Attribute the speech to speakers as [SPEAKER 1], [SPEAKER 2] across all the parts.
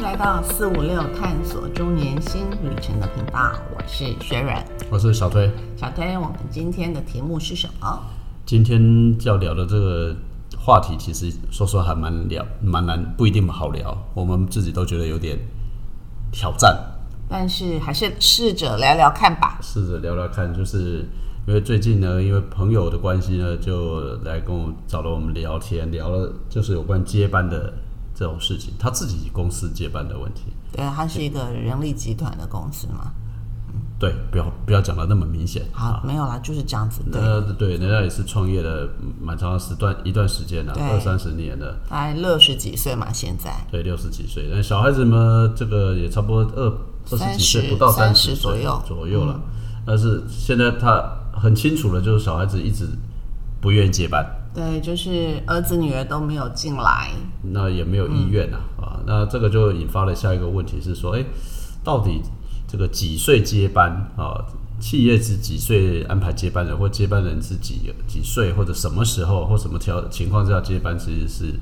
[SPEAKER 1] 来到四五六探索中年新旅程的频道，我是雪软。
[SPEAKER 2] 我是小推。
[SPEAKER 1] 小推，我们今天的题目是什么？
[SPEAKER 2] 今天要聊的这个话题，其实说说还蛮聊蛮难，不一定好聊。我们自己都觉得有点挑战，
[SPEAKER 1] 但是还是试着聊聊看吧。
[SPEAKER 2] 试着聊聊看。就是因为最近呢，因为朋友的关系呢，就来跟我找了我们聊天，聊了就是有关接班的这种事情，他自己公司接班的问题。
[SPEAKER 1] 对，它是一个人力集团的公司嘛。
[SPEAKER 2] 对，不要不要讲的那么明显
[SPEAKER 1] 好，没有啦，就是这样子。对，
[SPEAKER 2] 那对，人家也是创业了蛮长的时段一段时间了、
[SPEAKER 1] 对
[SPEAKER 2] 二三十年了。
[SPEAKER 1] 大概六十几岁嘛，现在
[SPEAKER 2] 对，六十几岁，那小孩子们这个也差不多二二十几岁，
[SPEAKER 1] 30
[SPEAKER 2] 不到三
[SPEAKER 1] 30左右
[SPEAKER 2] 左右嗯了。但是现在他很清楚了，就是小孩子一直不愿意接班，
[SPEAKER 1] 对，就是儿子女儿都没有进来。
[SPEAKER 2] 那也没有意愿啊、啊。那这个就引发了下一个问题是说，哎，到底这个几岁接班啊？企业是几岁安排接班人，或接班人是几几岁，或者什么时候或什么条情况下接班，其实是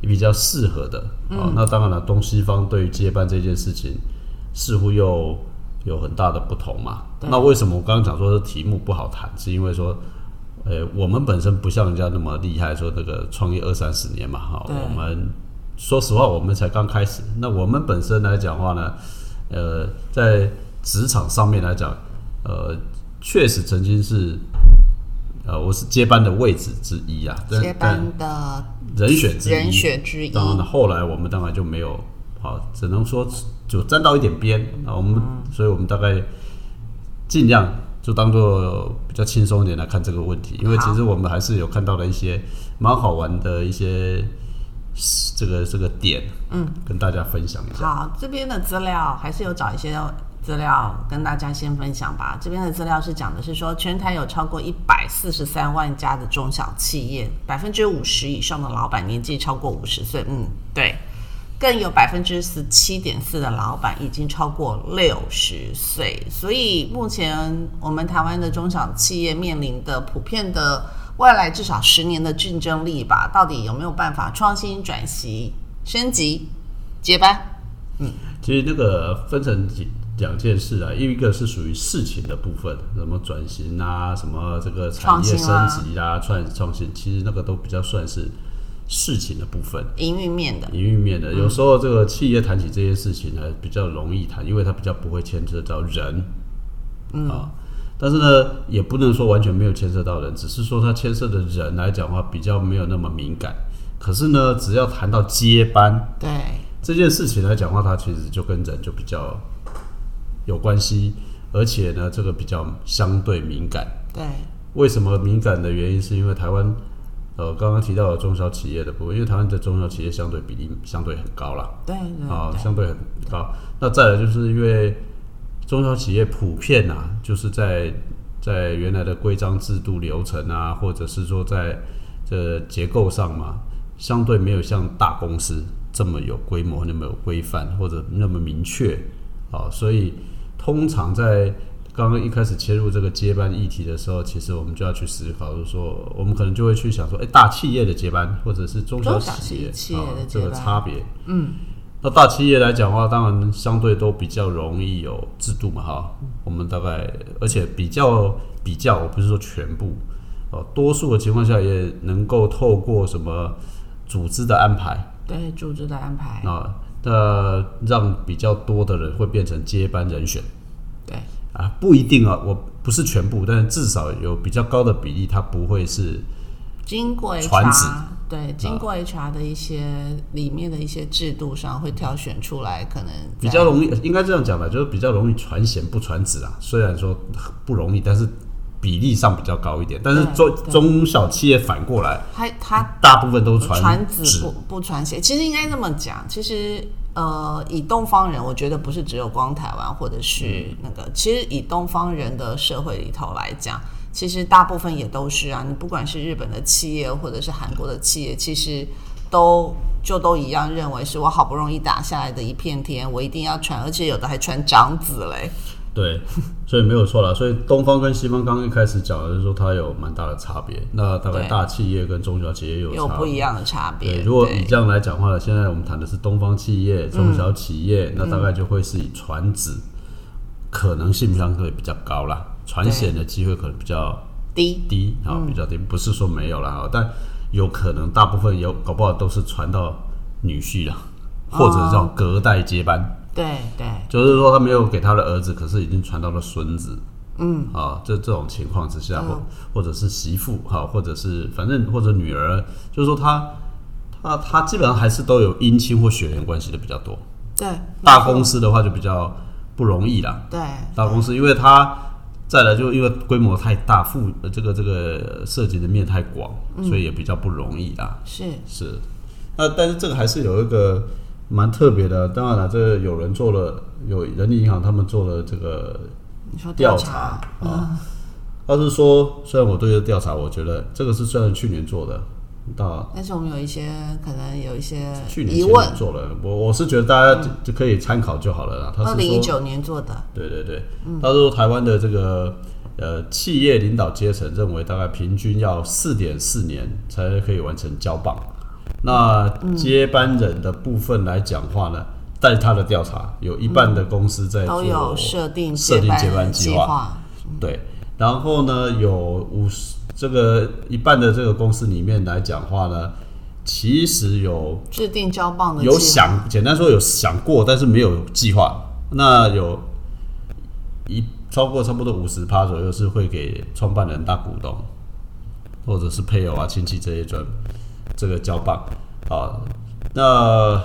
[SPEAKER 2] 比较适合的。啊、那当然了，东西方对于接班这件事情，似乎又有很大的不同嘛。那为什么我刚刚讲说这题目不好谈，是因为说，呃，我们本身不像人家那么厉害，说那个创业二三十年嘛，哈、
[SPEAKER 1] 对
[SPEAKER 2] 我们说实话，我们才刚开始。那我们本身来讲话呢，呃，在职场上面来讲，呃，确实曾经是。呃，我是接班的位置之一啊，但
[SPEAKER 1] 接班的
[SPEAKER 2] 但人选之一，
[SPEAKER 1] 人选之一，
[SPEAKER 2] 当然了，后来我们当然就没有，好，只能说就沾到一点边啊。我们，
[SPEAKER 1] 嗯
[SPEAKER 2] 所以我们大概尽量就当做比较轻松一点来看这个问题，因为
[SPEAKER 1] 好
[SPEAKER 2] 其实我们还是有看到了一些蛮好玩的一些这个这个点，嗯，跟大家分享一下。
[SPEAKER 1] 好，这边的资料还是有找一些资料跟大家先分享吧。这边的资料是讲的是说，全台有超过一百四十三万家的中小企业，百分之五十以上的老板年纪超过五十岁。嗯，对，更有百分之十七点四的老板已经超过六十岁。所以目前我们台湾的中小企业面临的普遍的未来至少十年的竞争力吧，到底有没有办法创新转型、升级、接班？
[SPEAKER 2] 其实那个分成几两件事啊，一个是属于事情的部分，什么转型啊，什么这个
[SPEAKER 1] 创
[SPEAKER 2] 产业
[SPEAKER 1] 新啊
[SPEAKER 2] 升级啊，创创新，其实那个都比较算是事情的部分。
[SPEAKER 1] 营运面的，
[SPEAKER 2] 营运面的，有时候这个企业谈起这些事情呢，比较容易谈，因为它比较不会牵涉到人，嗯、啊，但是呢，也不能说完全没有牵涉到人，只是说它牵涉的人来讲的话，比较没有那么敏感。可是呢，只要谈到接班
[SPEAKER 1] 对，
[SPEAKER 2] 这件事情来讲的话，它其实就跟人就比较有关系，而且呢，这个比较相对敏感。
[SPEAKER 1] 对，
[SPEAKER 2] 为什么敏感的原因，是因为台湾，呃，刚刚提到的中小企业的部分，因为台湾的中小企业相对比例相对很高啦，
[SPEAKER 1] 对，对，
[SPEAKER 2] 啊，
[SPEAKER 1] 对，
[SPEAKER 2] 相对很高。那再来就是因为中小企业普遍啊，就是在在原来的规章制度流程啊，或者是说在这结构上嘛，相对没有像大公司这么有规模、那么有规范或者那么明确啊，所以通常在刚刚一开始切入这个接班议题的时候，其实我们就要去思考，就是说我们可能就会去想说，哎、大企业的接班或者是中小
[SPEAKER 1] 中小
[SPEAKER 2] 企业
[SPEAKER 1] 企业
[SPEAKER 2] 啊
[SPEAKER 1] 的
[SPEAKER 2] 这
[SPEAKER 1] 接
[SPEAKER 2] 个
[SPEAKER 1] 班嗯
[SPEAKER 2] 差别，那大企业来讲的话，当然相对都比较容易有制度嘛，哈。我们大概而且比较比较，我不是说全部哦，多数的情况下也能够透过什么组织的安排
[SPEAKER 1] 对，组织的安排，
[SPEAKER 2] 啊，那让比较多的人会变成接班人选
[SPEAKER 1] 对，
[SPEAKER 2] 啊，不一定啊，我不是全部，但是至少有比较高的比例，它不会是
[SPEAKER 1] 经过
[SPEAKER 2] 传旨
[SPEAKER 1] HR，对，经过 HR 的一些里面的一些制度上会挑选出来，可能
[SPEAKER 2] 比
[SPEAKER 1] 在
[SPEAKER 2] 较容易，应该这样讲吧，就是比较容易传贤不传子啊。虽然说不容易，但是比例上比较高一点。但是
[SPEAKER 1] 对
[SPEAKER 2] 中
[SPEAKER 1] 对
[SPEAKER 2] 中小企业反过来，
[SPEAKER 1] 他他
[SPEAKER 2] 大部分都是
[SPEAKER 1] 传
[SPEAKER 2] 子
[SPEAKER 1] 子不不传血，其实应该这么讲，其实。呃，以东方人，我觉得不是只有光台湾或者是
[SPEAKER 2] 嗯
[SPEAKER 1] 那个，其实以东方人的社会里头来讲，其实大部分也都是啊。你不管是日本的企业或者是韩国的企业，其实都就都一样，认为是我好不容易打下来的一片天，我一定要传，而且有的还传长子嘞。
[SPEAKER 2] 对，所以没有错啦。所以东方跟西方刚刚一开始讲的就是说它有蛮大的差别。那大概
[SPEAKER 1] 对
[SPEAKER 2] 大企业跟中小企业又
[SPEAKER 1] 有
[SPEAKER 2] 差
[SPEAKER 1] 不一样的差别。
[SPEAKER 2] 对，如嗯果以
[SPEAKER 1] 对
[SPEAKER 2] 这样来讲话呢，现在我们谈的是东方企业、中小企业，那大概就会是以传子、可能性相对比较高啦，传险的机会可能比较
[SPEAKER 1] 低
[SPEAKER 2] 低啊、比较低，不是说没有啦，啊但有可能大部分有，搞不好都是传到女婿了，或者叫隔代接班。
[SPEAKER 1] 对对
[SPEAKER 2] 就是说他没有给他的儿子，可是已经传到了孙子。嗯，啊，这这种情况之下，或、或者是媳妇哈、啊或者是反正或者女儿，就是说他他他基本上还是都有姻亲或血缘关系的比较多。
[SPEAKER 1] 对，
[SPEAKER 2] 大公司的话就比较不容易啦，
[SPEAKER 1] 对
[SPEAKER 2] 大公司因为它再来就因为规模太大，复呃这个这个涉及的面太广，所以也比较不容易啦。
[SPEAKER 1] 是
[SPEAKER 2] 是，那但是这个还是有一个蛮特别的。当然了，这个有人做了，有人力银行他们做了这个
[SPEAKER 1] 你说
[SPEAKER 2] 调
[SPEAKER 1] 查嗯
[SPEAKER 2] 查啊。他是说，虽然我对这个调查，我觉得这个是虽然去年做的，到
[SPEAKER 1] 但是我们有一些可能有一些
[SPEAKER 2] 去年
[SPEAKER 1] 疑
[SPEAKER 2] 前
[SPEAKER 1] 问
[SPEAKER 2] 年，做了，我我是觉得大家就就可以参考就好了啦。他
[SPEAKER 1] 二
[SPEAKER 2] 是
[SPEAKER 1] 零一
[SPEAKER 2] 说，
[SPEAKER 1] 九年做的，
[SPEAKER 2] 对对对，
[SPEAKER 1] 嗯
[SPEAKER 2] 他说台湾的这个呃企业领导阶层认为，大概平均要四点四年才可以完成交棒。那接班人的部分来讲话呢，在他的调查，有一半的公司在
[SPEAKER 1] 都有
[SPEAKER 2] 做
[SPEAKER 1] 设定
[SPEAKER 2] 设定接班
[SPEAKER 1] 班
[SPEAKER 2] 计
[SPEAKER 1] 计
[SPEAKER 2] 划
[SPEAKER 1] 划，
[SPEAKER 2] 对，然后呢，有五十这个一半的这个公司里面来讲话呢，其实有
[SPEAKER 1] 制定交棒的计
[SPEAKER 2] 有
[SPEAKER 1] 划
[SPEAKER 2] 想，简单说有想过，但是没有计划。那有一超过差不多五十趴左右是会给创办人、大股东，或者是配偶啊、亲戚这些转这个交棒啊。那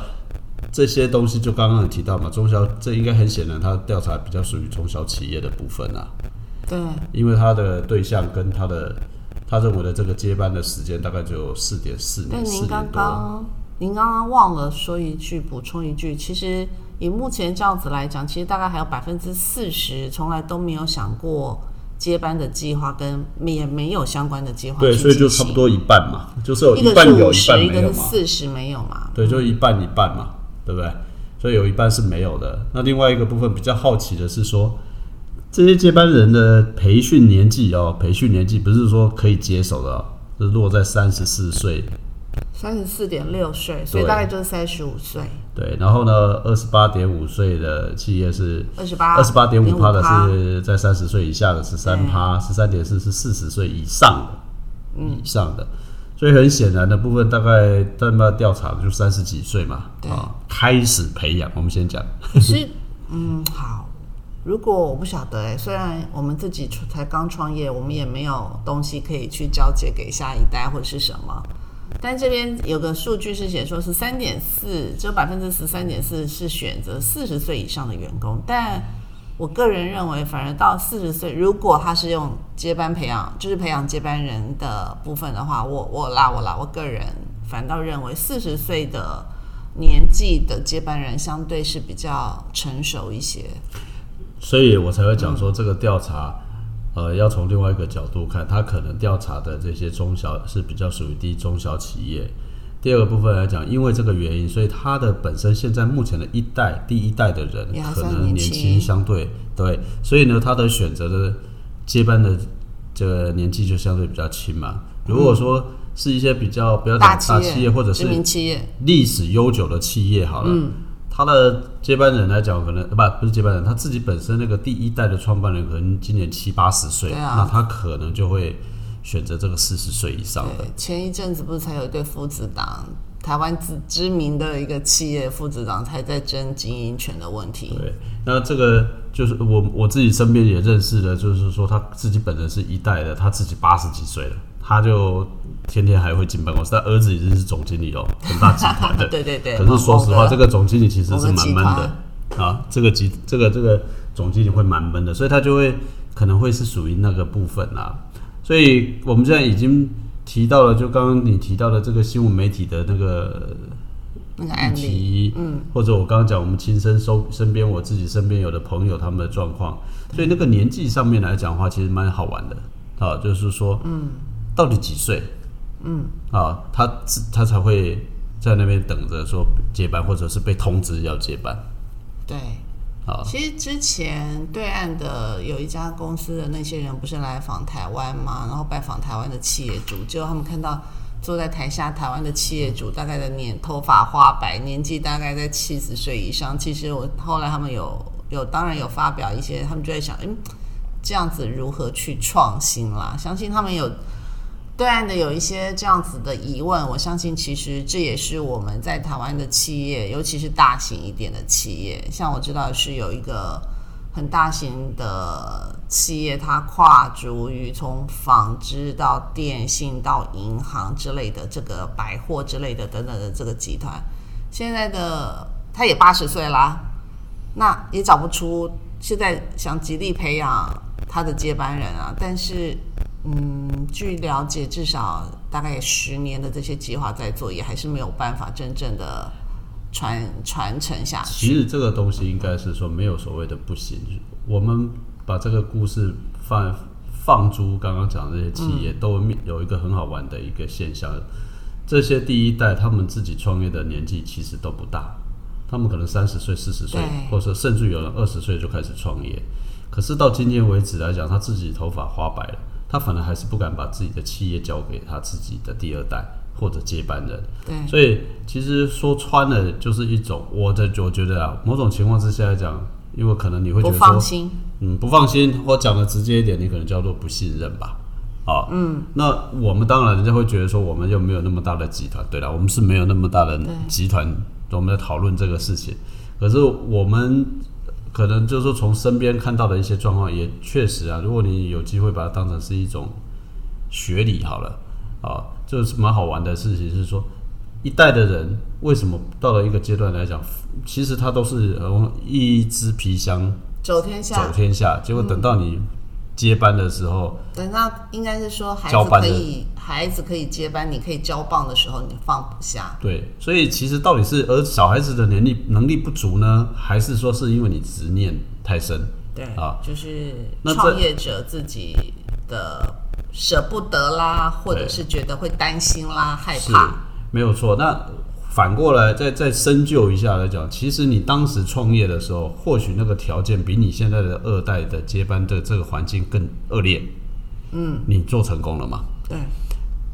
[SPEAKER 2] 这些东西就刚刚有提到嘛，中小这应该很显然，他调查比较属于中小企业的部分啊。
[SPEAKER 1] 对
[SPEAKER 2] 因为他的对象跟他的他认为的这个接班的时间大概只有四点四
[SPEAKER 1] 但
[SPEAKER 2] 年，四
[SPEAKER 1] 您刚
[SPEAKER 2] 年多。
[SPEAKER 1] 刚您刚刚忘了说一句，补充一句，其实以目前这样子来讲，其实大概还有百分之四十从来都没有想过接班的计划，跟也没有相关的计划
[SPEAKER 2] 对，
[SPEAKER 1] 去
[SPEAKER 2] 所以就
[SPEAKER 1] 进
[SPEAKER 2] 差不
[SPEAKER 1] 行
[SPEAKER 2] 多一半嘛，就是有
[SPEAKER 1] 一
[SPEAKER 2] 一
[SPEAKER 1] 个
[SPEAKER 2] 半
[SPEAKER 1] 是
[SPEAKER 2] 有
[SPEAKER 1] 五
[SPEAKER 2] 一
[SPEAKER 1] 十，
[SPEAKER 2] 半
[SPEAKER 1] 一
[SPEAKER 2] 没有
[SPEAKER 1] 个是
[SPEAKER 2] 嘛，
[SPEAKER 1] 四十，没有嘛？
[SPEAKER 2] 对，就一半一半嘛，对不对？所以有一半是没有的。那另外一个部分比较好奇的是说，这些接班人的培训年纪哦，培训年纪不是说可以接手的、哦，是落在三十四岁
[SPEAKER 1] 三十四点六岁，所以
[SPEAKER 2] 对
[SPEAKER 1] 大概就是三十五岁，
[SPEAKER 2] 对，然后呢，二十八点五岁的企业是
[SPEAKER 1] 二十八
[SPEAKER 2] 二十八点五趴的
[SPEAKER 1] 0.5%
[SPEAKER 2] 是在三十岁以下的十三趴，十三点四是四十岁以上的，以上的，所以很显然的部分大概他们调查的就三十几岁嘛，
[SPEAKER 1] 对
[SPEAKER 2] 啊，开始培养，我们先讲，
[SPEAKER 1] 可是，嗯，好，如果我不晓得哎、虽然我们自己出才刚创业，我们也没有东西可以去交接给下一代或是什么，但这边有个数据是写说是三点四，只有百分之十三点四是选择四十岁以上的员工，但。我个人认为，反而到四十岁，如果他是用接班培养，就是培养接班人的部分的话，我我啦我啦，我个人反倒认为四十岁的年纪的接班人相对是比较成熟一些。
[SPEAKER 2] 所以我才会讲说这个调查，呃，要从另外一个角度看，它可能调查的这些中小是比较属于低中小企业。第二个部分来讲，因为这个原因，所以它的本身现在目前的一代、第一代的人
[SPEAKER 1] 也还
[SPEAKER 2] 可
[SPEAKER 1] 算
[SPEAKER 2] 能
[SPEAKER 1] 年
[SPEAKER 2] 年轻
[SPEAKER 1] 轻
[SPEAKER 2] 相对对，所以呢，他的选择的接班的这个年纪就相对比较轻嘛。如果说是一些比较不要讲
[SPEAKER 1] 大
[SPEAKER 2] 大
[SPEAKER 1] 企
[SPEAKER 2] 企业或者
[SPEAKER 1] 知
[SPEAKER 2] 是
[SPEAKER 1] 名企业，
[SPEAKER 2] 历史悠久的企业好了，
[SPEAKER 1] 嗯
[SPEAKER 2] 他的接班人来讲，可能呃不不是接班人，他自己本身那个第一代的创办人，可能今年七八十岁，
[SPEAKER 1] 对啊
[SPEAKER 2] 那他可能就会选择这个四十岁以上的。
[SPEAKER 1] 对，呃前一阵子不是才有一对父子档，台湾知知名的一个企业父子档才在争经营权的问题。。
[SPEAKER 2] 对，那这个就是我我自己身边也认识的，就是说他自己本人是一代的，他自己八十几岁了，他就天天还会进办公室，他儿子已经是总经理哦，很大集团的
[SPEAKER 1] 对对对
[SPEAKER 2] 可是说实
[SPEAKER 1] 某
[SPEAKER 2] 话，
[SPEAKER 1] 个
[SPEAKER 2] 这个总经理其实
[SPEAKER 1] 某
[SPEAKER 2] 是
[SPEAKER 1] 个
[SPEAKER 2] 蛮
[SPEAKER 1] 集
[SPEAKER 2] 闷
[SPEAKER 1] 团
[SPEAKER 2] 的啊，这个集这个这个总经理会蛮闷的，所以他就会可能会是属于那个部分啦、所以我们现在已经提到了，就刚刚你提到的这个新闻媒体的那个
[SPEAKER 1] 那个
[SPEAKER 2] 议
[SPEAKER 1] 案例，
[SPEAKER 2] 题，嗯，或者我刚刚讲我们亲身收身边我自己身边有的朋友他们的状况，所以那个年纪上面来讲的话，其实蛮好玩的啊，就是说，嗯，到底几岁，嗯，啊，他自他才会在那边等着说接班，或者是被通知要接班，
[SPEAKER 1] 对，
[SPEAKER 2] 啊，
[SPEAKER 1] 其实之前对岸的有一家公司的那些人不是来访台湾嘛，然后拜访台湾的企业主，结果他们看到坐在台下台湾的企业主，大概的年头发花白，年纪大概在七十岁以上。其实我后来他们有有当然有发表一些，他们就在想，嗯，这样子如何去创新啦？相信他们有。对岸的有一些这样子的疑问，我相信其实这也是我们在台湾的企业，尤其是大型一点的企业，像我知道是有一个很大型的企业，它跨足于从纺织到电信到银行之类的这个百货之类的等等的这个集团，现在的他也八十岁啦，那也找不出现在想极力培养他的接班人啊，但是。嗯，据了解，至少大概十年的这些计划在做，也还是没有办法真正的传传承下去。
[SPEAKER 2] 其实这个东西应该是说没有所谓的不行，我们把这个故事放放诸刚刚讲的这些企业，都有一个很好玩的一个现象，这些第一代他们自己创业的年纪其实都不大，他们可能三十岁、四十岁
[SPEAKER 1] 对，
[SPEAKER 2] 或者说甚至有人二十岁就开始创业，可是到今天为止来讲，他自己头发花白了。他反而还是不敢把自己的企业交给他自己的第二代或者接班人，
[SPEAKER 1] 对，
[SPEAKER 2] 所以其实说穿了就是一种，我的我觉得啊，某种情况之下来讲，因为可能你会觉
[SPEAKER 1] 不
[SPEAKER 2] 得
[SPEAKER 1] 放
[SPEAKER 2] 说，
[SPEAKER 1] 心。
[SPEAKER 2] 嗯，不放心，或讲的直接一点，你可能叫做不信任吧。啊，嗯，那我们当然人家会觉得说，我们又没有那么大的集团，对啦，我们是没有那么大的
[SPEAKER 1] 对
[SPEAKER 2] 集团，我们在讨论这个事情。可是我们可能就是说从身边看到的一些状况，也确实啊，如果你有机会把它当成是一种学理好了，啊，就是蛮好玩的事情是说，一代的人为什么到了一个阶段来讲，其实他都是呃一只皮箱
[SPEAKER 1] 走天下
[SPEAKER 2] 走，天下，结果等到你接班的时候，
[SPEAKER 1] 等到应该是说孩
[SPEAKER 2] 交
[SPEAKER 1] 子
[SPEAKER 2] 班
[SPEAKER 1] 可
[SPEAKER 2] 的
[SPEAKER 1] 以，孩子可以接班，你可以交棒的时候，你放不下。
[SPEAKER 2] 对，所以其实到底是而小孩子的能力能力不足呢，还是说是因为你执念太深？
[SPEAKER 1] 对
[SPEAKER 2] 啊，
[SPEAKER 1] 就是
[SPEAKER 2] 那这
[SPEAKER 1] 创业者自己的舍不得啦，或者
[SPEAKER 2] 对
[SPEAKER 1] 是觉得会担心啦、害
[SPEAKER 2] 是
[SPEAKER 1] 怕。
[SPEAKER 2] 没有错。那反过来再再深究一下来讲，其实你当时创业的时候，或许那个条件比你现在的二代的接班的这个环境更恶劣，嗯，你做成功了吗？
[SPEAKER 1] 对，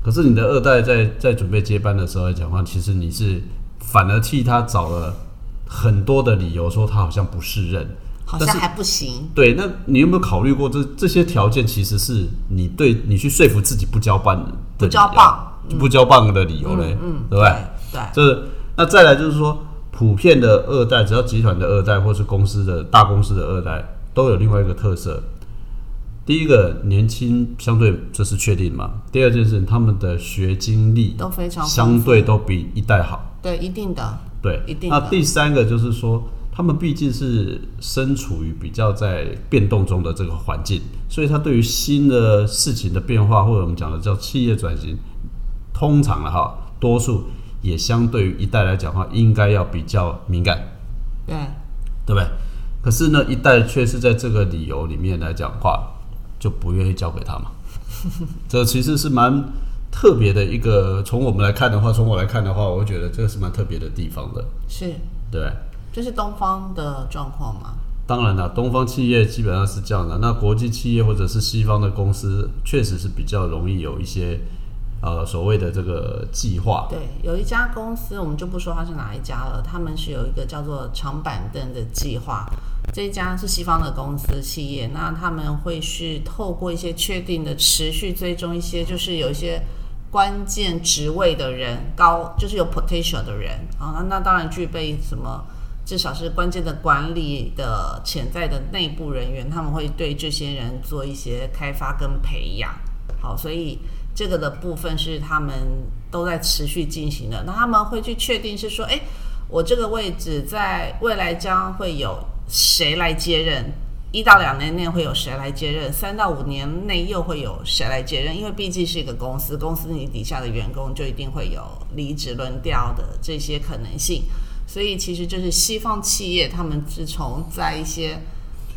[SPEAKER 2] 可是你的二代在在准备接班的时候来讲话，其实你是反而替他找了很多的理由，说他好像不适任。
[SPEAKER 1] 好
[SPEAKER 2] 但
[SPEAKER 1] 像
[SPEAKER 2] 是
[SPEAKER 1] 还不行。
[SPEAKER 2] 对，那你有没有考虑过这这些条件其实是你对你去说服自己不交棒的理由
[SPEAKER 1] 不交棒、
[SPEAKER 2] 不交棒的理由嘞、
[SPEAKER 1] 嗯，
[SPEAKER 2] 对不对？
[SPEAKER 1] 对，
[SPEAKER 2] 这那再来就是说，普遍的二代，只要集团的二代或是公司的大公司的二代，都有另外一个特色。第一个年轻相对这是确定嘛？第二件事，他们的学经历
[SPEAKER 1] 都非常丰
[SPEAKER 2] 相
[SPEAKER 1] 富
[SPEAKER 2] 对都比一代好。
[SPEAKER 1] 对，一定的。
[SPEAKER 2] 对，
[SPEAKER 1] 一定的
[SPEAKER 2] 那第三个就是说，他们毕竟是身处于比较在变动中的这个环境，所以他对于新的事情的变化，或者我们讲的叫企业转型，通常了哈，多数也相对于一代来讲的话，应该要比较敏感。
[SPEAKER 1] 对，
[SPEAKER 2] 对不对？可是呢，一代却是在这个理由里面来讲话，就不愿意交给他嘛。这其实是蛮特别的一个，从我们来看的话，从我来看的话，我会觉得这个是蛮特别的地方的，
[SPEAKER 1] 是，
[SPEAKER 2] 对不对？
[SPEAKER 1] 这是东方的状况嘛？
[SPEAKER 2] 当然了，东方企业基本上是这样的。那国际企业或者是西方的公司，确实是比较容易有一些呃所谓的这个计划。
[SPEAKER 1] 对，有一家公司，我们就不说它是哪一家了，他们是有一个叫做长板凳的计划。这一家是西方的公司企业，那他们会是透过一些确定的持续追踪一些，就是有一些关键职位的人，高就是有 potential 的人，啊，那那当然具备什么，至少是关键的管理的潜在的内部人员，他们会对这些人做一些开发跟培养。好，所以这个的部分是他们都在持续进行的。那他们会去确定是说，哎，我这个位置在未来将会有谁来接任？一到两年内会有谁来接任？三到五年内又会有谁来接任？因为毕竟是一个公司，公司你底下的员工就一定会有离职、轮调的这些可能性。所以其实就是西方企业，他们自从在一些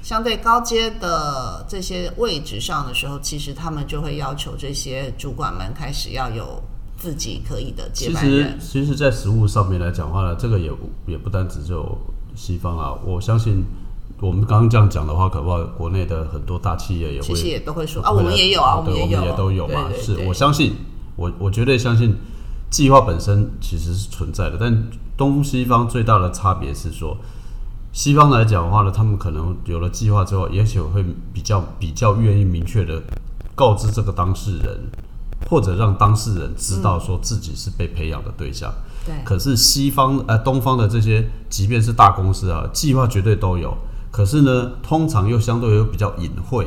[SPEAKER 1] 相对高阶的这些位置上的时候，其实他们就会要求这些主管们开始要有自己可以的接
[SPEAKER 2] 其
[SPEAKER 1] 班
[SPEAKER 2] 实
[SPEAKER 1] 人。，
[SPEAKER 2] 其实，在实物上面来讲话呢，这个也不也不单只有西方啊，我相信我们刚刚这样讲的话，可不好国内的很多大企业也
[SPEAKER 1] 其实
[SPEAKER 2] 会
[SPEAKER 1] 也都会说啊，我们也有啊，
[SPEAKER 2] 对
[SPEAKER 1] 也
[SPEAKER 2] 我
[SPEAKER 1] 有，
[SPEAKER 2] 们也都有嘛。
[SPEAKER 1] 对对
[SPEAKER 2] 是
[SPEAKER 1] 对
[SPEAKER 2] 我相信，我我绝对相信，计划本身其实是存在的，但东西方最大的差别是说，西方来讲的话呢，他们可能有了计划之后，也许会比较比较愿意明确的告知这个当事人，或者让当事人知道
[SPEAKER 1] 嗯
[SPEAKER 2] 说自己是被培养的对象。
[SPEAKER 1] 对
[SPEAKER 2] 可是西方呃东方的这些，即便是大公司啊，计划绝对都有。可是呢，通常又相对又比较隐晦，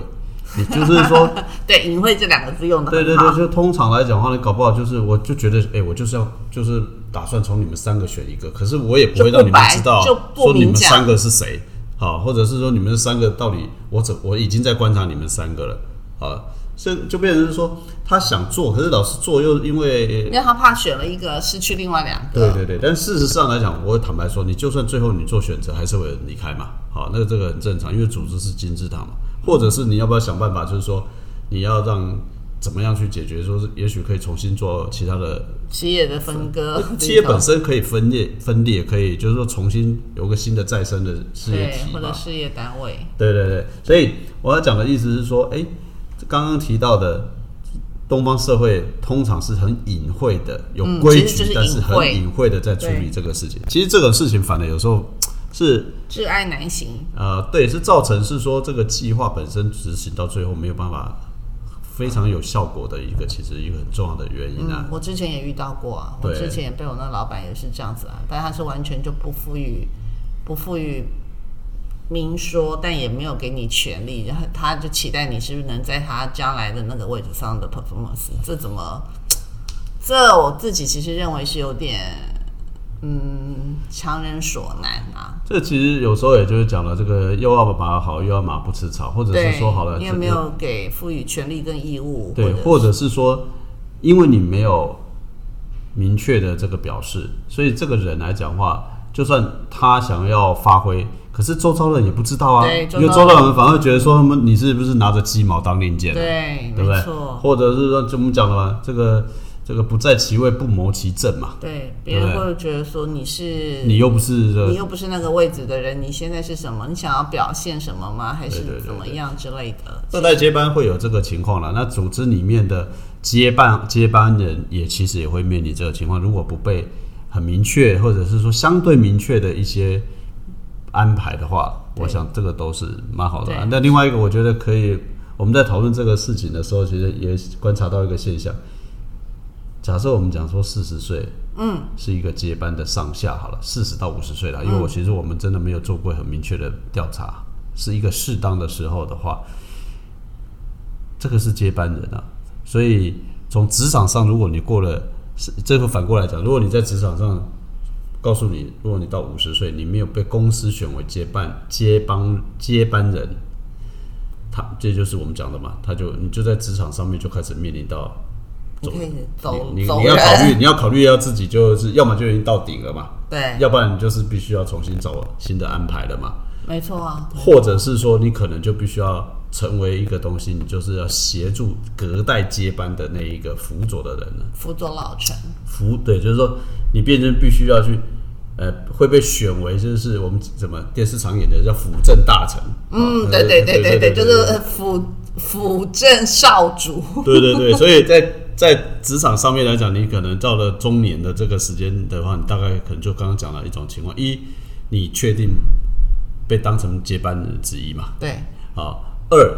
[SPEAKER 2] 也就是说，
[SPEAKER 1] 对，隐晦这两个字用的
[SPEAKER 2] 对对对，就通常来讲的话，你搞不好就是，我就觉得，哎、我就是要就是打算从你们三个选一个，可是我也不
[SPEAKER 1] 就
[SPEAKER 2] 会
[SPEAKER 1] 不
[SPEAKER 2] 让你们
[SPEAKER 1] 摆
[SPEAKER 2] 知道
[SPEAKER 1] 就不
[SPEAKER 2] 说你们
[SPEAKER 1] 明讲
[SPEAKER 2] 三个是谁，好，或者是说你们三个到底，我怎我已经在观察你们三个了，啊，所以就变成是说他想做，可是老师做又因为
[SPEAKER 1] 因为他怕选了一个失去另外两个，
[SPEAKER 2] 对对对，但事实上来讲，我坦白说，你就算最后你做选择，还是会有人离开嘛。好，那这个很正常，因为组织是金字塔嘛。或者是你要不要想办法，就是说你要让怎么样去解决，说是也许可以重新做其他的
[SPEAKER 1] 企业的分割，
[SPEAKER 2] 企业本身可以分裂分裂，可以就是说重新有个新的再生的事业
[SPEAKER 1] 对
[SPEAKER 2] 体
[SPEAKER 1] 或
[SPEAKER 2] 嘛
[SPEAKER 1] 者。事业单位，
[SPEAKER 2] 对对对，所以我要讲的意思是说，哎，刚刚提到的东方社会通常是很隐晦的，有
[SPEAKER 1] 嗯
[SPEAKER 2] 规
[SPEAKER 1] 其实
[SPEAKER 2] 矩，
[SPEAKER 1] 就是
[SPEAKER 2] 但是
[SPEAKER 1] 隐
[SPEAKER 2] 很
[SPEAKER 1] 晦
[SPEAKER 2] 隐晦的在处理这个事情。其实这个事情反而有时候是
[SPEAKER 1] 挚爱难行，
[SPEAKER 2] 呃，对，是造成是说这个计划本身执行到最后没有办法非常有效果的一个，其实一个很重要的原因
[SPEAKER 1] 嗯。，
[SPEAKER 2] 啊
[SPEAKER 1] 我之前也遇到过啊，我
[SPEAKER 2] 对
[SPEAKER 1] 之前也被我那老板也是这样子啊，但他是完全就不赋予不赋予明说，但也没有给你权利，然后他就期待你是不是能在他将来的那个位置上的 performance，这怎么？这我自己其实认为是有点，嗯，强人所难啊。
[SPEAKER 2] 这其实有时候也就是讲了，这个又要马好，又要马不吃草，或者
[SPEAKER 1] 对，
[SPEAKER 2] 是说好了，
[SPEAKER 1] 你也
[SPEAKER 2] 这
[SPEAKER 1] 没
[SPEAKER 2] 个
[SPEAKER 1] 有给赋予权利跟义务，或
[SPEAKER 2] 对，
[SPEAKER 1] 者
[SPEAKER 2] 或者是说，因为你没有明确的这个表示，所以这个人来讲话，就算他想要发挥，可是周遭人也不知道啊，
[SPEAKER 1] 对周
[SPEAKER 2] 因为
[SPEAKER 1] 遭
[SPEAKER 2] 周
[SPEAKER 1] 人
[SPEAKER 2] 遭人反而觉得说他们你是不是拿着鸡毛当令箭、啊，
[SPEAKER 1] 对，
[SPEAKER 2] 对不
[SPEAKER 1] 没
[SPEAKER 2] 对？
[SPEAKER 1] 错，
[SPEAKER 2] 或者是说，就我们讲的嘛，这个这个不在其位不谋其政嘛，
[SPEAKER 1] 对，别人会觉得说你是
[SPEAKER 2] 你又不是这
[SPEAKER 1] 你又不是那个位置的人，你现在是什么？你想要表现什么吗？还
[SPEAKER 2] 对对
[SPEAKER 1] 是
[SPEAKER 2] 对
[SPEAKER 1] 怎么
[SPEAKER 2] 对
[SPEAKER 1] 样之类的？
[SPEAKER 2] 二代接班会有这个情况了。那组织里面的接班接班人也其实也会面临这个情况，如果不被很明确或者是说相对明确的一些安排的话，
[SPEAKER 1] 对
[SPEAKER 2] 我想这个都是蛮好的啊、
[SPEAKER 1] 对
[SPEAKER 2] 那另外一个，我觉得可以，我们在讨论这个事情的时候，其实也观察到一个现象。假设我们讲说四十岁，嗯，是一个接班的上下好了，四十到五十岁了，因为我其实我们真的没有做过很明确的调查，是一个适当的时候的话，这个是接班人啊，所以从职场上，如果你过了，是这个反过来讲，如果你在职场上告诉你，如果你到五十岁，你没有被公司选为接班接帮接班人，他这就是我们讲的嘛，他就你就在职场上面就开始面临到
[SPEAKER 1] 你可以走
[SPEAKER 2] 你你
[SPEAKER 1] 走
[SPEAKER 2] 你要考虑，
[SPEAKER 1] 人，
[SPEAKER 2] 你要考虑要自己就是要么就已经到顶了嘛，
[SPEAKER 1] 对，
[SPEAKER 2] 要不然你就是必须要重新找新的安排了嘛，
[SPEAKER 1] 没错啊，
[SPEAKER 2] 或者是说你可能就必须要成为一个东西，你就是要协助隔代接班的那一个辅佐的人了。
[SPEAKER 1] 辅佐老臣，
[SPEAKER 2] 啊辅对，就是说你变成必须要去，呃，会被选为就是我们怎么电视常演的叫辅政大臣。
[SPEAKER 1] 嗯，
[SPEAKER 2] 啊
[SPEAKER 1] 对对对对
[SPEAKER 2] 对
[SPEAKER 1] 对，就是辅辅政少主，
[SPEAKER 2] 对对对，所以在 在职场上面来讲，你可能到了中年的这个时间的话，你大概可能就刚刚讲了一种情况：一，你确定被当成接班人之一嘛？
[SPEAKER 1] 对，
[SPEAKER 2] 啊，二，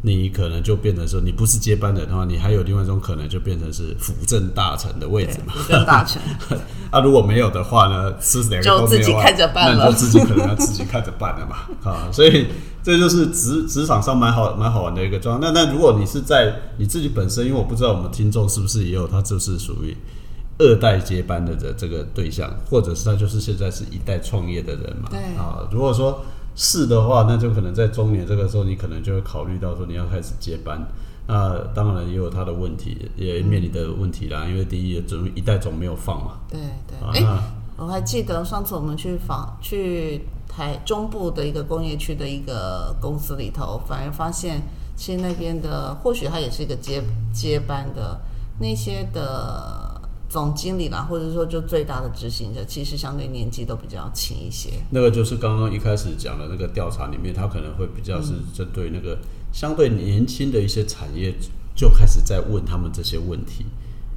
[SPEAKER 2] 你可能就变成说，你不是接班人的话，你还有另外一种可能，就变成是辅政大臣的位
[SPEAKER 1] 对
[SPEAKER 2] 置嘛。
[SPEAKER 1] 辅政大 臣，
[SPEAKER 2] 啊，如果没有的话呢，是两个都
[SPEAKER 1] 就
[SPEAKER 2] 没
[SPEAKER 1] 自己
[SPEAKER 2] 有啊，
[SPEAKER 1] 看着办了
[SPEAKER 2] 那你就自己可能要自己看着办了嘛。 啊，所以这就是职职场上蛮好蛮好玩的一个状态。那那如果你是在你自己本身，因为我不知道我们听众是不是也有他就是属于二代接班的这这个对象，或者是他就是现在是一代创业的人嘛。
[SPEAKER 1] 对
[SPEAKER 2] 啊，如果说是的话，那就可能在中年这个时候，你可能就会考虑到说你要开始接班。那当然也有他的问题，也面临的问题啦。因为第一，总一代总没有放嘛，
[SPEAKER 1] 对对，
[SPEAKER 2] 啊
[SPEAKER 1] 哎、我还记得上次我们去访去台中部的一个工业区的一个公司里头，反而发现其实那边的或许它也是一个接接班的那些的总经理啦，或者说就最大的执行者，其实相对年纪都比较轻一些。
[SPEAKER 2] 那个就是刚刚一开始讲的那个调查里面，他可能会比较是针对那个相对年轻的一些产业，就开始在问他们这些问题，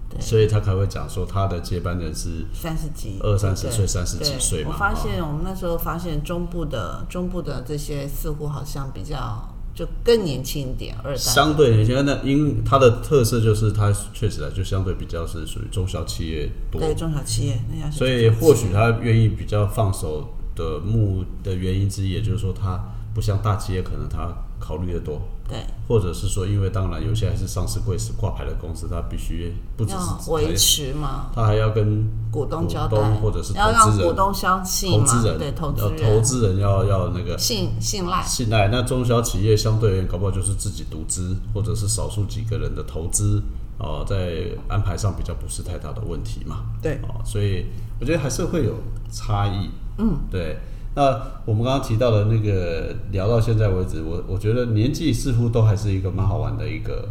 [SPEAKER 1] 对
[SPEAKER 2] 所以他才会讲说他的接班人是
[SPEAKER 1] 三十几、
[SPEAKER 2] 二三十岁、
[SPEAKER 1] 对
[SPEAKER 2] 三十几
[SPEAKER 1] 对
[SPEAKER 2] 岁嘛。
[SPEAKER 1] 我发
[SPEAKER 2] 哦
[SPEAKER 1] 现我们那时候发现中部的中部的这些似乎好像比较就更年轻一点，二代。
[SPEAKER 2] 相对年轻，那因它的特色就是它确实啊，就相对比较是属于中小企业多，
[SPEAKER 1] 对中小企业，那要是
[SPEAKER 2] 所以或许他愿意比较放手的目的原因之一，也就是说他不像大企业，可能他考虑的多，
[SPEAKER 1] 对
[SPEAKER 2] 或者是说，因为当然有些还是上市柜是挂牌的公司，它必须不只
[SPEAKER 1] 要
[SPEAKER 2] 是
[SPEAKER 1] 维持嘛，
[SPEAKER 2] 它还要跟
[SPEAKER 1] 股东
[SPEAKER 2] 股
[SPEAKER 1] 交代
[SPEAKER 2] 东，或者是
[SPEAKER 1] 要
[SPEAKER 2] 投
[SPEAKER 1] 让
[SPEAKER 2] 资
[SPEAKER 1] 股
[SPEAKER 2] 人、
[SPEAKER 1] 东相信
[SPEAKER 2] 投
[SPEAKER 1] 嘛，
[SPEAKER 2] 资人
[SPEAKER 1] 对投
[SPEAKER 2] 要
[SPEAKER 1] 资
[SPEAKER 2] 投
[SPEAKER 1] 人
[SPEAKER 2] 资人要要那个
[SPEAKER 1] 信信赖，
[SPEAKER 2] 信赖。那中小企业相对而言，搞不好就是自己独资，或者是少数几个人的投资，哦、在安排上比较不是太大的问题嘛。
[SPEAKER 1] 对
[SPEAKER 2] 哦，所以我觉得还是会有差异。嗯，对。那我们刚刚提到的那个，聊到现在为止，我我觉得年纪似乎都还是一个蛮好玩的一个，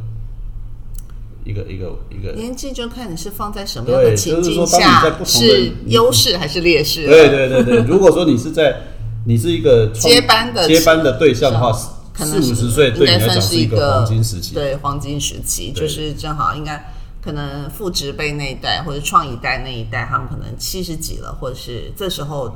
[SPEAKER 2] 一个一个一个。
[SPEAKER 1] 年纪就看你是放在什么样的
[SPEAKER 2] 对
[SPEAKER 1] 情
[SPEAKER 2] 就是
[SPEAKER 1] 境
[SPEAKER 2] 说当你在
[SPEAKER 1] 下，
[SPEAKER 2] 不同的
[SPEAKER 1] 是优势还是劣势？
[SPEAKER 2] 对对对对，如果说你是在你是一个创
[SPEAKER 1] 接班的
[SPEAKER 2] 接班的对象的话，
[SPEAKER 1] 可
[SPEAKER 2] 四
[SPEAKER 1] 能
[SPEAKER 2] 五
[SPEAKER 1] 是
[SPEAKER 2] 十岁
[SPEAKER 1] 应
[SPEAKER 2] 对
[SPEAKER 1] 该
[SPEAKER 2] 你来
[SPEAKER 1] 算
[SPEAKER 2] 讲
[SPEAKER 1] 是
[SPEAKER 2] 一
[SPEAKER 1] 个
[SPEAKER 2] 个黄金时期。
[SPEAKER 1] 对黄金时期
[SPEAKER 2] 对
[SPEAKER 1] 就是正好应该可能父职辈那一代或者创一代那一代，他们可能七十几了，或者是这时候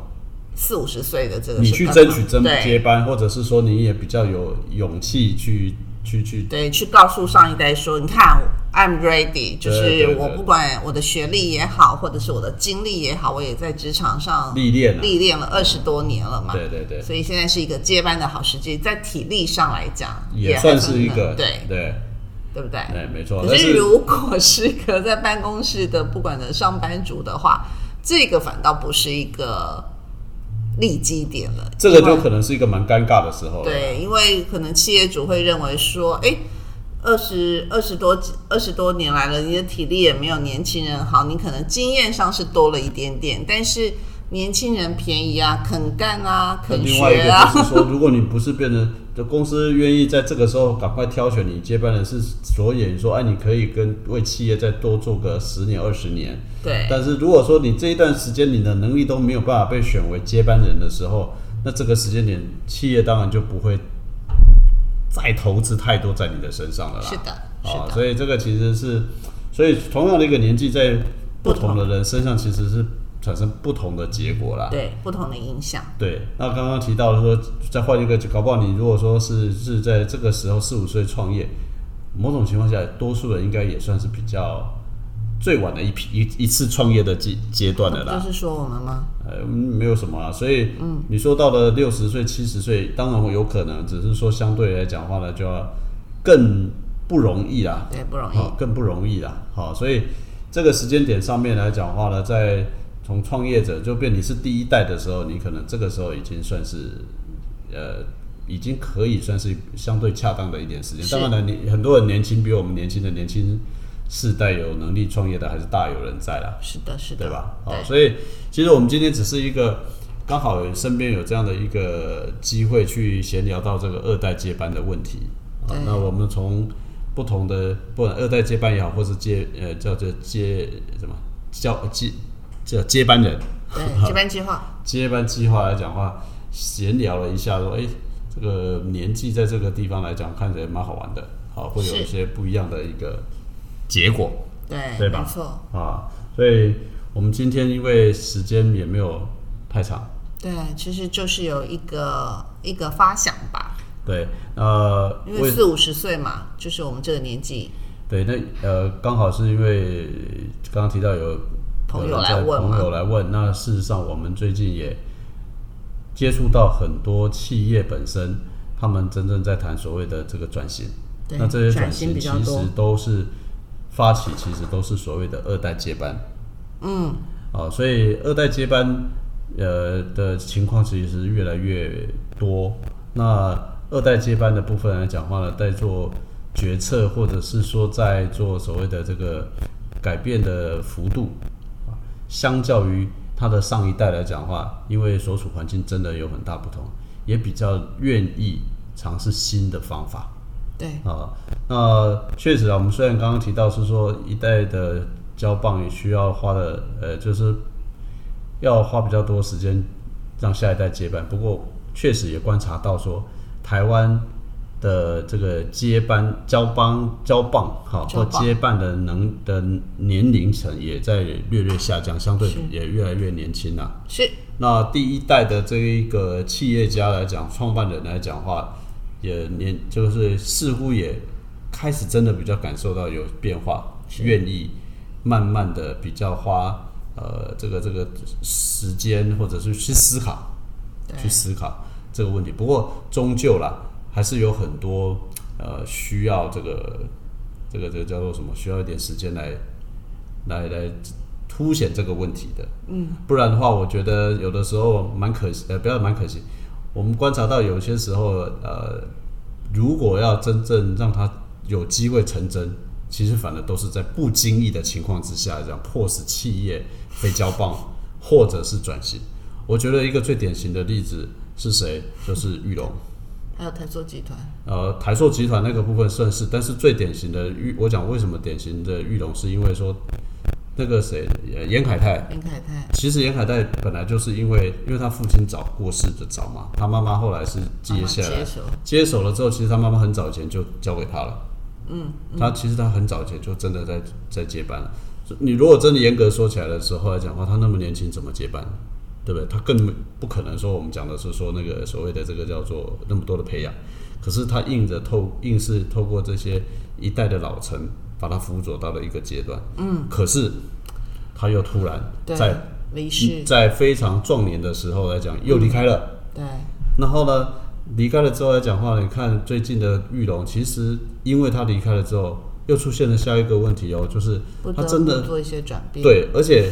[SPEAKER 1] 四五十岁的这个
[SPEAKER 2] 你
[SPEAKER 1] 是
[SPEAKER 2] 去
[SPEAKER 1] 刚
[SPEAKER 2] 争
[SPEAKER 1] 好
[SPEAKER 2] 取争接
[SPEAKER 1] 对
[SPEAKER 2] 班，或者是说你也比较有勇气去去去
[SPEAKER 1] 对，去告诉上一代说，你看，I'm ready，就
[SPEAKER 2] 对
[SPEAKER 1] 是
[SPEAKER 2] 对
[SPEAKER 1] 我
[SPEAKER 2] 对
[SPEAKER 1] 不管我的学历也好，或者是我的经历也好，我也在职场上
[SPEAKER 2] 历练、啊。
[SPEAKER 1] 历练了二十多年了嘛。
[SPEAKER 2] 对对对，
[SPEAKER 1] 所以现在是一个接班的好时机，在体力上来讲
[SPEAKER 2] 也
[SPEAKER 1] 还
[SPEAKER 2] 算是一个
[SPEAKER 1] 很对
[SPEAKER 2] 对
[SPEAKER 1] 对不对？
[SPEAKER 2] 对，没错。
[SPEAKER 1] 可
[SPEAKER 2] 但
[SPEAKER 1] 是
[SPEAKER 2] 是
[SPEAKER 1] 如果是一个在办公室的，不管的上班族的话，这个反倒不是一个利基点了。
[SPEAKER 2] 这个
[SPEAKER 1] 因为
[SPEAKER 2] 就可能是一个蛮尴尬的时候了。
[SPEAKER 1] 对，因为可能企业主会认为说，哎，二十二十多二十多年来了，你的体力也没有年轻人好，你可能经验上是多了一点点，但是年轻人便宜啊，肯干啊，
[SPEAKER 2] 那
[SPEAKER 1] 肯
[SPEAKER 2] 另外一
[SPEAKER 1] 学
[SPEAKER 2] 个
[SPEAKER 1] 啊，
[SPEAKER 2] 就是 说，如果你不是变成，就公司愿意在这个时候赶快挑选你接班人，是着眼于说，哎，你可以跟为企业再多做个十年二十年。
[SPEAKER 1] 对
[SPEAKER 2] 但是如果说你这一段时间你的能力都没有办法被选为接班人的时候，那这个时间点，企业当然就不会再投资太多在你的身上了啦。
[SPEAKER 1] 是的，是
[SPEAKER 2] 啊，
[SPEAKER 1] 的，
[SPEAKER 2] 所以这个其实是，所以同样的一个年纪，在不同的人身上其实是产生不同的结果啦。
[SPEAKER 1] 对不同的影响，
[SPEAKER 2] 对，那刚刚提到说，再换一个，搞不好你如果说是是在这个时候四五岁创业，某种情况下，多数人应该也算是比较最晚的一批一一次创业的阶阶段的
[SPEAKER 1] 嗯就
[SPEAKER 2] 啦。
[SPEAKER 1] 是嗯说我们吗？
[SPEAKER 2] 呃，嗯没有什么啊，所以你说到了六十岁、七十岁，当然会有可能，只是说相对来讲的话呢，就要更不容易啦。
[SPEAKER 1] 对，不容易
[SPEAKER 2] 好、。更不容易啦。好、所以这个时间点上面来讲的话呢，在从创业者就变你是第一代的时候，你可能这个时候已经算是呃，已经可以算是相对恰当的一点时间。
[SPEAKER 1] 是
[SPEAKER 2] 当然了，你很多人年轻，比我们年轻的年轻世代有能力创业的还是大有人在啦。
[SPEAKER 1] 是的，是的，
[SPEAKER 2] 对吧？好，
[SPEAKER 1] 对
[SPEAKER 2] 所以其实我们今天只是一个刚好身边有这样的一个机会去闲聊到这个二代接班的问题啊
[SPEAKER 1] 对。
[SPEAKER 2] 那我们从不同的，不管二代接班也好，或是接呃叫做接什么叫接叫接班人
[SPEAKER 1] 对，接班计划，
[SPEAKER 2] 接班计划来讲的话，闲聊了一下说，哎，这个年纪在这个地方来讲，看起来蛮好玩的，好，会有
[SPEAKER 1] 是
[SPEAKER 2] 一些不一样的一个结果。
[SPEAKER 1] 对，
[SPEAKER 2] 对吧
[SPEAKER 1] 没错，
[SPEAKER 2] 啊，所以我们今天因为时间也没有太长，
[SPEAKER 1] 对，其实就是有一个一个发想吧，
[SPEAKER 2] 对，呃，
[SPEAKER 1] 因为四五十岁嘛，就是我们这个年纪，
[SPEAKER 2] 对，那呃，刚好是因为刚刚提到有
[SPEAKER 1] 朋
[SPEAKER 2] 有
[SPEAKER 1] 友
[SPEAKER 2] 人
[SPEAKER 1] 来
[SPEAKER 2] 在
[SPEAKER 1] 问
[SPEAKER 2] 朋
[SPEAKER 1] 嘛，
[SPEAKER 2] 友来问，那事实上我们最近也接触到很多企业本身，他们真正在谈所谓的这个转型，
[SPEAKER 1] 对，
[SPEAKER 2] 那这些转
[SPEAKER 1] 转
[SPEAKER 2] 型
[SPEAKER 1] 型比
[SPEAKER 2] 其
[SPEAKER 1] 较
[SPEAKER 2] 实
[SPEAKER 1] 多，
[SPEAKER 2] 都是发起，其实都是所谓的二代接班。嗯，啊，所以二代接班呃的情况其实是越来越多。那二代接班的部分来讲话呢，在做决策或者是说在做所谓的这个改变的幅度，啊，相较于他的上一代来讲话，因为所处环境真的有很大不同，也比较愿意尝试新的方法。
[SPEAKER 1] 对，
[SPEAKER 2] 啊，那确实啊，我们虽然刚刚提到是说一代的交棒也需要花的，呃，就是要花比较多时间让下一代接班。不过确实也观察到说，台湾的这个接班交棒交棒哈
[SPEAKER 1] 交
[SPEAKER 2] 或
[SPEAKER 1] 棒
[SPEAKER 2] 接班的能的年龄层也在略略下降，相对
[SPEAKER 1] 是
[SPEAKER 2] 也越来越年轻啊了、
[SPEAKER 1] 是
[SPEAKER 2] 那第一代的这一个企业家来讲，创办人来讲的话，也年就是似乎也开始真的比较感受到有变化，愿意慢慢的比较花呃这个这个时间或者是去思考，
[SPEAKER 1] 对
[SPEAKER 2] 去思考这个问题。不过终究啦，还是有很多呃需要这个这个这个叫做什么？需要一点时间来来来凸显这个问题的。嗯，不然的话，我觉得有的时候蛮可惜，呃，不要蛮可惜。我们观察到有些时候，呃，如果要真正让它有机会成真，其实反而都是在不经意的情况之下，这样迫使企业被交棒或者是转型。我觉得一个最典型的例子是谁？就是玉龙。
[SPEAKER 1] 还有台塑集团，
[SPEAKER 2] 呃，台塑集团那个部分算是，但是最典型的玉，我讲为什么典型的玉龙，是因为说那个谁，呃严凯泰，
[SPEAKER 1] 林凯泰，
[SPEAKER 2] 其实严凯泰本来就是因为因为他父亲早过世的早嘛，他妈妈后来是接下
[SPEAKER 1] 妈妈
[SPEAKER 2] 来
[SPEAKER 1] 接手
[SPEAKER 2] 接手了之后，其实他妈妈很早以前就交给他了。嗯，他其实他很早以前就真的在在接班了。所以你如果真的严格说起来的时候来讲的话，他那么年轻怎么接班？对不对？他更不可能说我们讲的是说那个所谓的这个叫做那么多的培养，可是他硬着透硬是透过这些一代的老臣把他辅佐到了一个阶段。嗯，可是他又突然
[SPEAKER 1] 对
[SPEAKER 2] 在
[SPEAKER 1] 离世，
[SPEAKER 2] 在非常壮年的时候来讲又离开了。
[SPEAKER 1] 对，
[SPEAKER 2] 然后呢，离开了之后来讲话，你看最近的玉龙，其实因为他离开了之后，又出现了下一个问题哦，就是
[SPEAKER 1] 不
[SPEAKER 2] 他
[SPEAKER 1] 得
[SPEAKER 2] 真
[SPEAKER 1] 不
[SPEAKER 2] 的
[SPEAKER 1] 做一些转变，，
[SPEAKER 2] 对，而且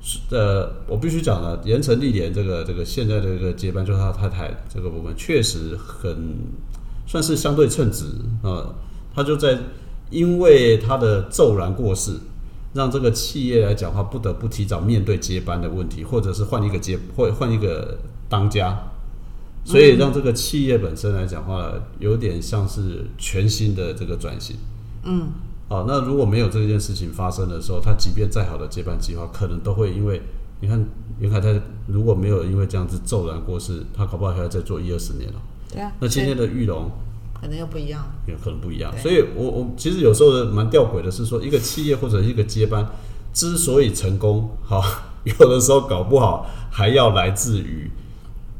[SPEAKER 2] 是呃，我必须讲了，盐城历典这个这个现在的这个接班，就是他太太这个部分，确实很算是相对称职啊、呃他就在因为他的骤然过世，让这个企业来讲的话，不得不提早面对接班的问题，或者是换一个接或换一个当家。所以让这个企业本身来讲话，有点像是全新的这个转型。好，那如果没有这件事情发生的时候，他即便再好的接班计划，可能都会因为你看袁凯泰如果没有因为这样子骤然过世，他搞不好还要再做一二十年了。哦
[SPEAKER 1] 对啊，
[SPEAKER 2] 那今天的玉龙
[SPEAKER 1] 可能又不一样了，
[SPEAKER 2] 也可能不一样，
[SPEAKER 1] 对
[SPEAKER 2] 所以我我其实有时候蛮吊诡的是说，一个企业或者一个接班之所以成功，好， 有的时候搞不好还要来自于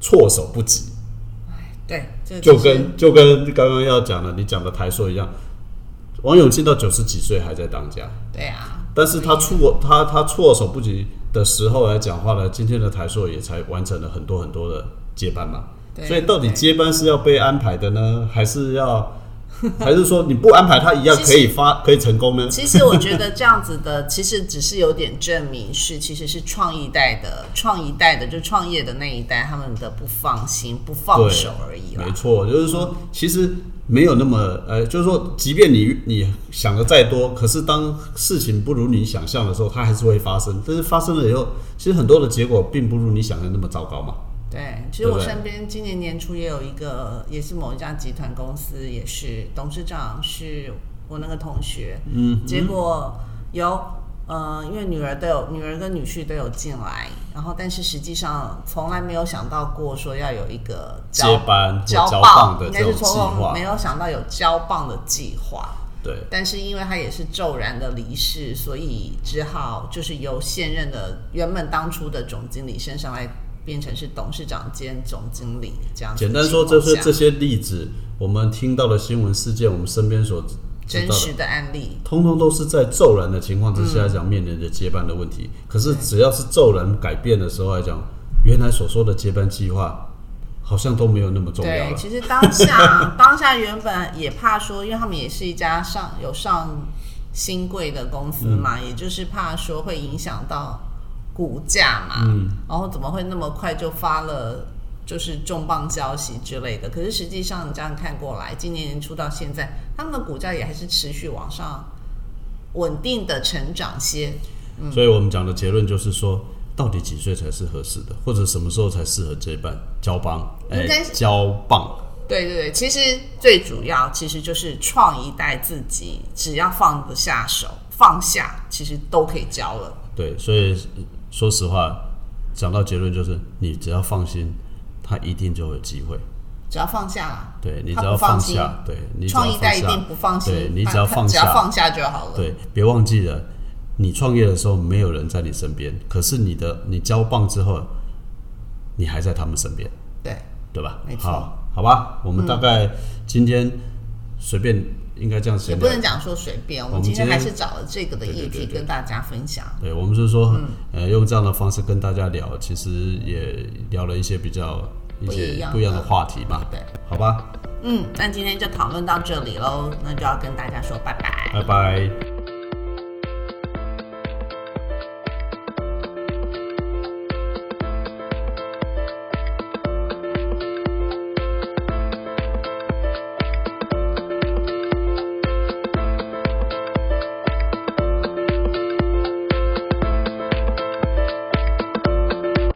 [SPEAKER 2] 措手不及。
[SPEAKER 1] 对，这
[SPEAKER 2] 就是跟就跟刚刚要讲的你讲的台塑一样，王永庆到九十几岁还在当家。
[SPEAKER 1] 对啊，
[SPEAKER 2] 但是他措他他措手不及的时候来讲话呢，今天的台硕也才完成了很多很多的接班嘛。
[SPEAKER 1] 对
[SPEAKER 2] 所以到底接班是要被安排的呢，还是要， 还是说你不安排他一样
[SPEAKER 1] 其实
[SPEAKER 2] 可以发可以成功呢？
[SPEAKER 1] 其实我觉得这样子的，其实只是有点证明是，其实是创一代的、创一代的，就创业的那一代，他们的不放心、不放
[SPEAKER 2] 对
[SPEAKER 1] 手而已
[SPEAKER 2] 没
[SPEAKER 1] 啦。
[SPEAKER 2] 错，就是说其实没有那么呃，就是说即便你你想的再多，可是当事情不如你想象的时候，它还是会发生。但是发生了以后，其实很多的结果并不如你想的那么糟糕嘛。
[SPEAKER 1] 对，其实
[SPEAKER 2] 对不
[SPEAKER 1] 我
[SPEAKER 2] 对
[SPEAKER 1] 身边今年年初也有一个，也是某一家集团公司，也是董事长是我那个同学，
[SPEAKER 2] 嗯，
[SPEAKER 1] 结果有，呃，因为女儿都有，女儿跟女婿都有进来，然后但是实际上从来没有想到过说要有一个交
[SPEAKER 2] 接班或
[SPEAKER 1] 交
[SPEAKER 2] 交棒的
[SPEAKER 1] 应
[SPEAKER 2] 这
[SPEAKER 1] 该
[SPEAKER 2] 种
[SPEAKER 1] 是
[SPEAKER 2] 计
[SPEAKER 1] 说哦
[SPEAKER 2] 划
[SPEAKER 1] 没有想到有交棒的计划。
[SPEAKER 2] 对。
[SPEAKER 1] 但是因为他也是骤然的离世，所以只好就是由现任的原本当初的总经理身上来变成是董事长兼总经理这样子
[SPEAKER 2] 简
[SPEAKER 1] 的情
[SPEAKER 2] 单说，
[SPEAKER 1] 况下。
[SPEAKER 2] 就是这些例子，我们听到的新闻事件，我们身边所知
[SPEAKER 1] 真
[SPEAKER 2] 道
[SPEAKER 1] 实
[SPEAKER 2] 的，
[SPEAKER 1] 的案例。
[SPEAKER 2] 通通都是在骤然的情况之下讲面临的接班的问题。
[SPEAKER 1] 嗯
[SPEAKER 2] 可是只要是骤然改变的时候来讲，原来所说的接班计划，好像都没有那么重要
[SPEAKER 1] 对，
[SPEAKER 2] 了。
[SPEAKER 1] 其实当下 当下原本也怕说，因为他们也是一家上有上新贵的公司
[SPEAKER 2] 嗯
[SPEAKER 1] 嘛，也就是怕说会影响到股价嘛，
[SPEAKER 2] 嗯
[SPEAKER 1] 然后怎么会那么快就发了就是重磅消息之类的？可是实际上你这样看过来，今年年初到现在，他们的股价也还是持续往上稳定的成长些。嗯
[SPEAKER 2] 所以我们讲的结论就是说，到底几岁才是合适的，或者什么时候才适合接班交棒？哎
[SPEAKER 1] 应该，是
[SPEAKER 2] 交棒。
[SPEAKER 1] 对对对，其实最主要其实就是创一代自己，只要放得下手，放下，其实都可以教了。
[SPEAKER 2] 对，所以说实话，讲到结论就是，你只要放心，他一定就有机会。
[SPEAKER 1] 只要放下啦，
[SPEAKER 2] 对你
[SPEAKER 1] 他
[SPEAKER 2] 只
[SPEAKER 1] 不
[SPEAKER 2] 要
[SPEAKER 1] 放
[SPEAKER 2] 放
[SPEAKER 1] 心
[SPEAKER 2] 下，对你只要
[SPEAKER 1] 创一代一
[SPEAKER 2] 放下
[SPEAKER 1] 定不放心，
[SPEAKER 2] 对你
[SPEAKER 1] 那
[SPEAKER 2] 只要
[SPEAKER 1] 他
[SPEAKER 2] 放
[SPEAKER 1] 只要
[SPEAKER 2] 下，
[SPEAKER 1] 放下就好了。
[SPEAKER 2] 对，别忘记了，你创业的时候没有人在你身边，可是你的你交棒之后，你还在他们身边，
[SPEAKER 1] 对，
[SPEAKER 2] 对吧
[SPEAKER 1] 没？错嗯
[SPEAKER 2] 好，好吧，我们大概今天随便应该这样
[SPEAKER 1] 也
[SPEAKER 2] 闲
[SPEAKER 1] 不
[SPEAKER 2] 聊。
[SPEAKER 1] 能讲说随便。我
[SPEAKER 2] 我
[SPEAKER 1] 们
[SPEAKER 2] 们
[SPEAKER 1] 今天
[SPEAKER 2] 今
[SPEAKER 1] 还
[SPEAKER 2] 天
[SPEAKER 1] 是找了这个的
[SPEAKER 2] 对对
[SPEAKER 1] 议
[SPEAKER 2] 对
[SPEAKER 1] 题
[SPEAKER 2] 对
[SPEAKER 1] 跟大家分享。
[SPEAKER 2] 对，我们就是说，
[SPEAKER 1] 嗯
[SPEAKER 2] 呃，用这样的方式跟大家聊，其实也聊了一些比较一
[SPEAKER 1] 不一
[SPEAKER 2] 些
[SPEAKER 1] 样
[SPEAKER 2] 不一样
[SPEAKER 1] 的
[SPEAKER 2] 的话题嘛，
[SPEAKER 1] 对，
[SPEAKER 2] 好吧，
[SPEAKER 1] 嗯，那今天就讨论到这里喽，那就要跟大家说拜拜。
[SPEAKER 2] 拜拜。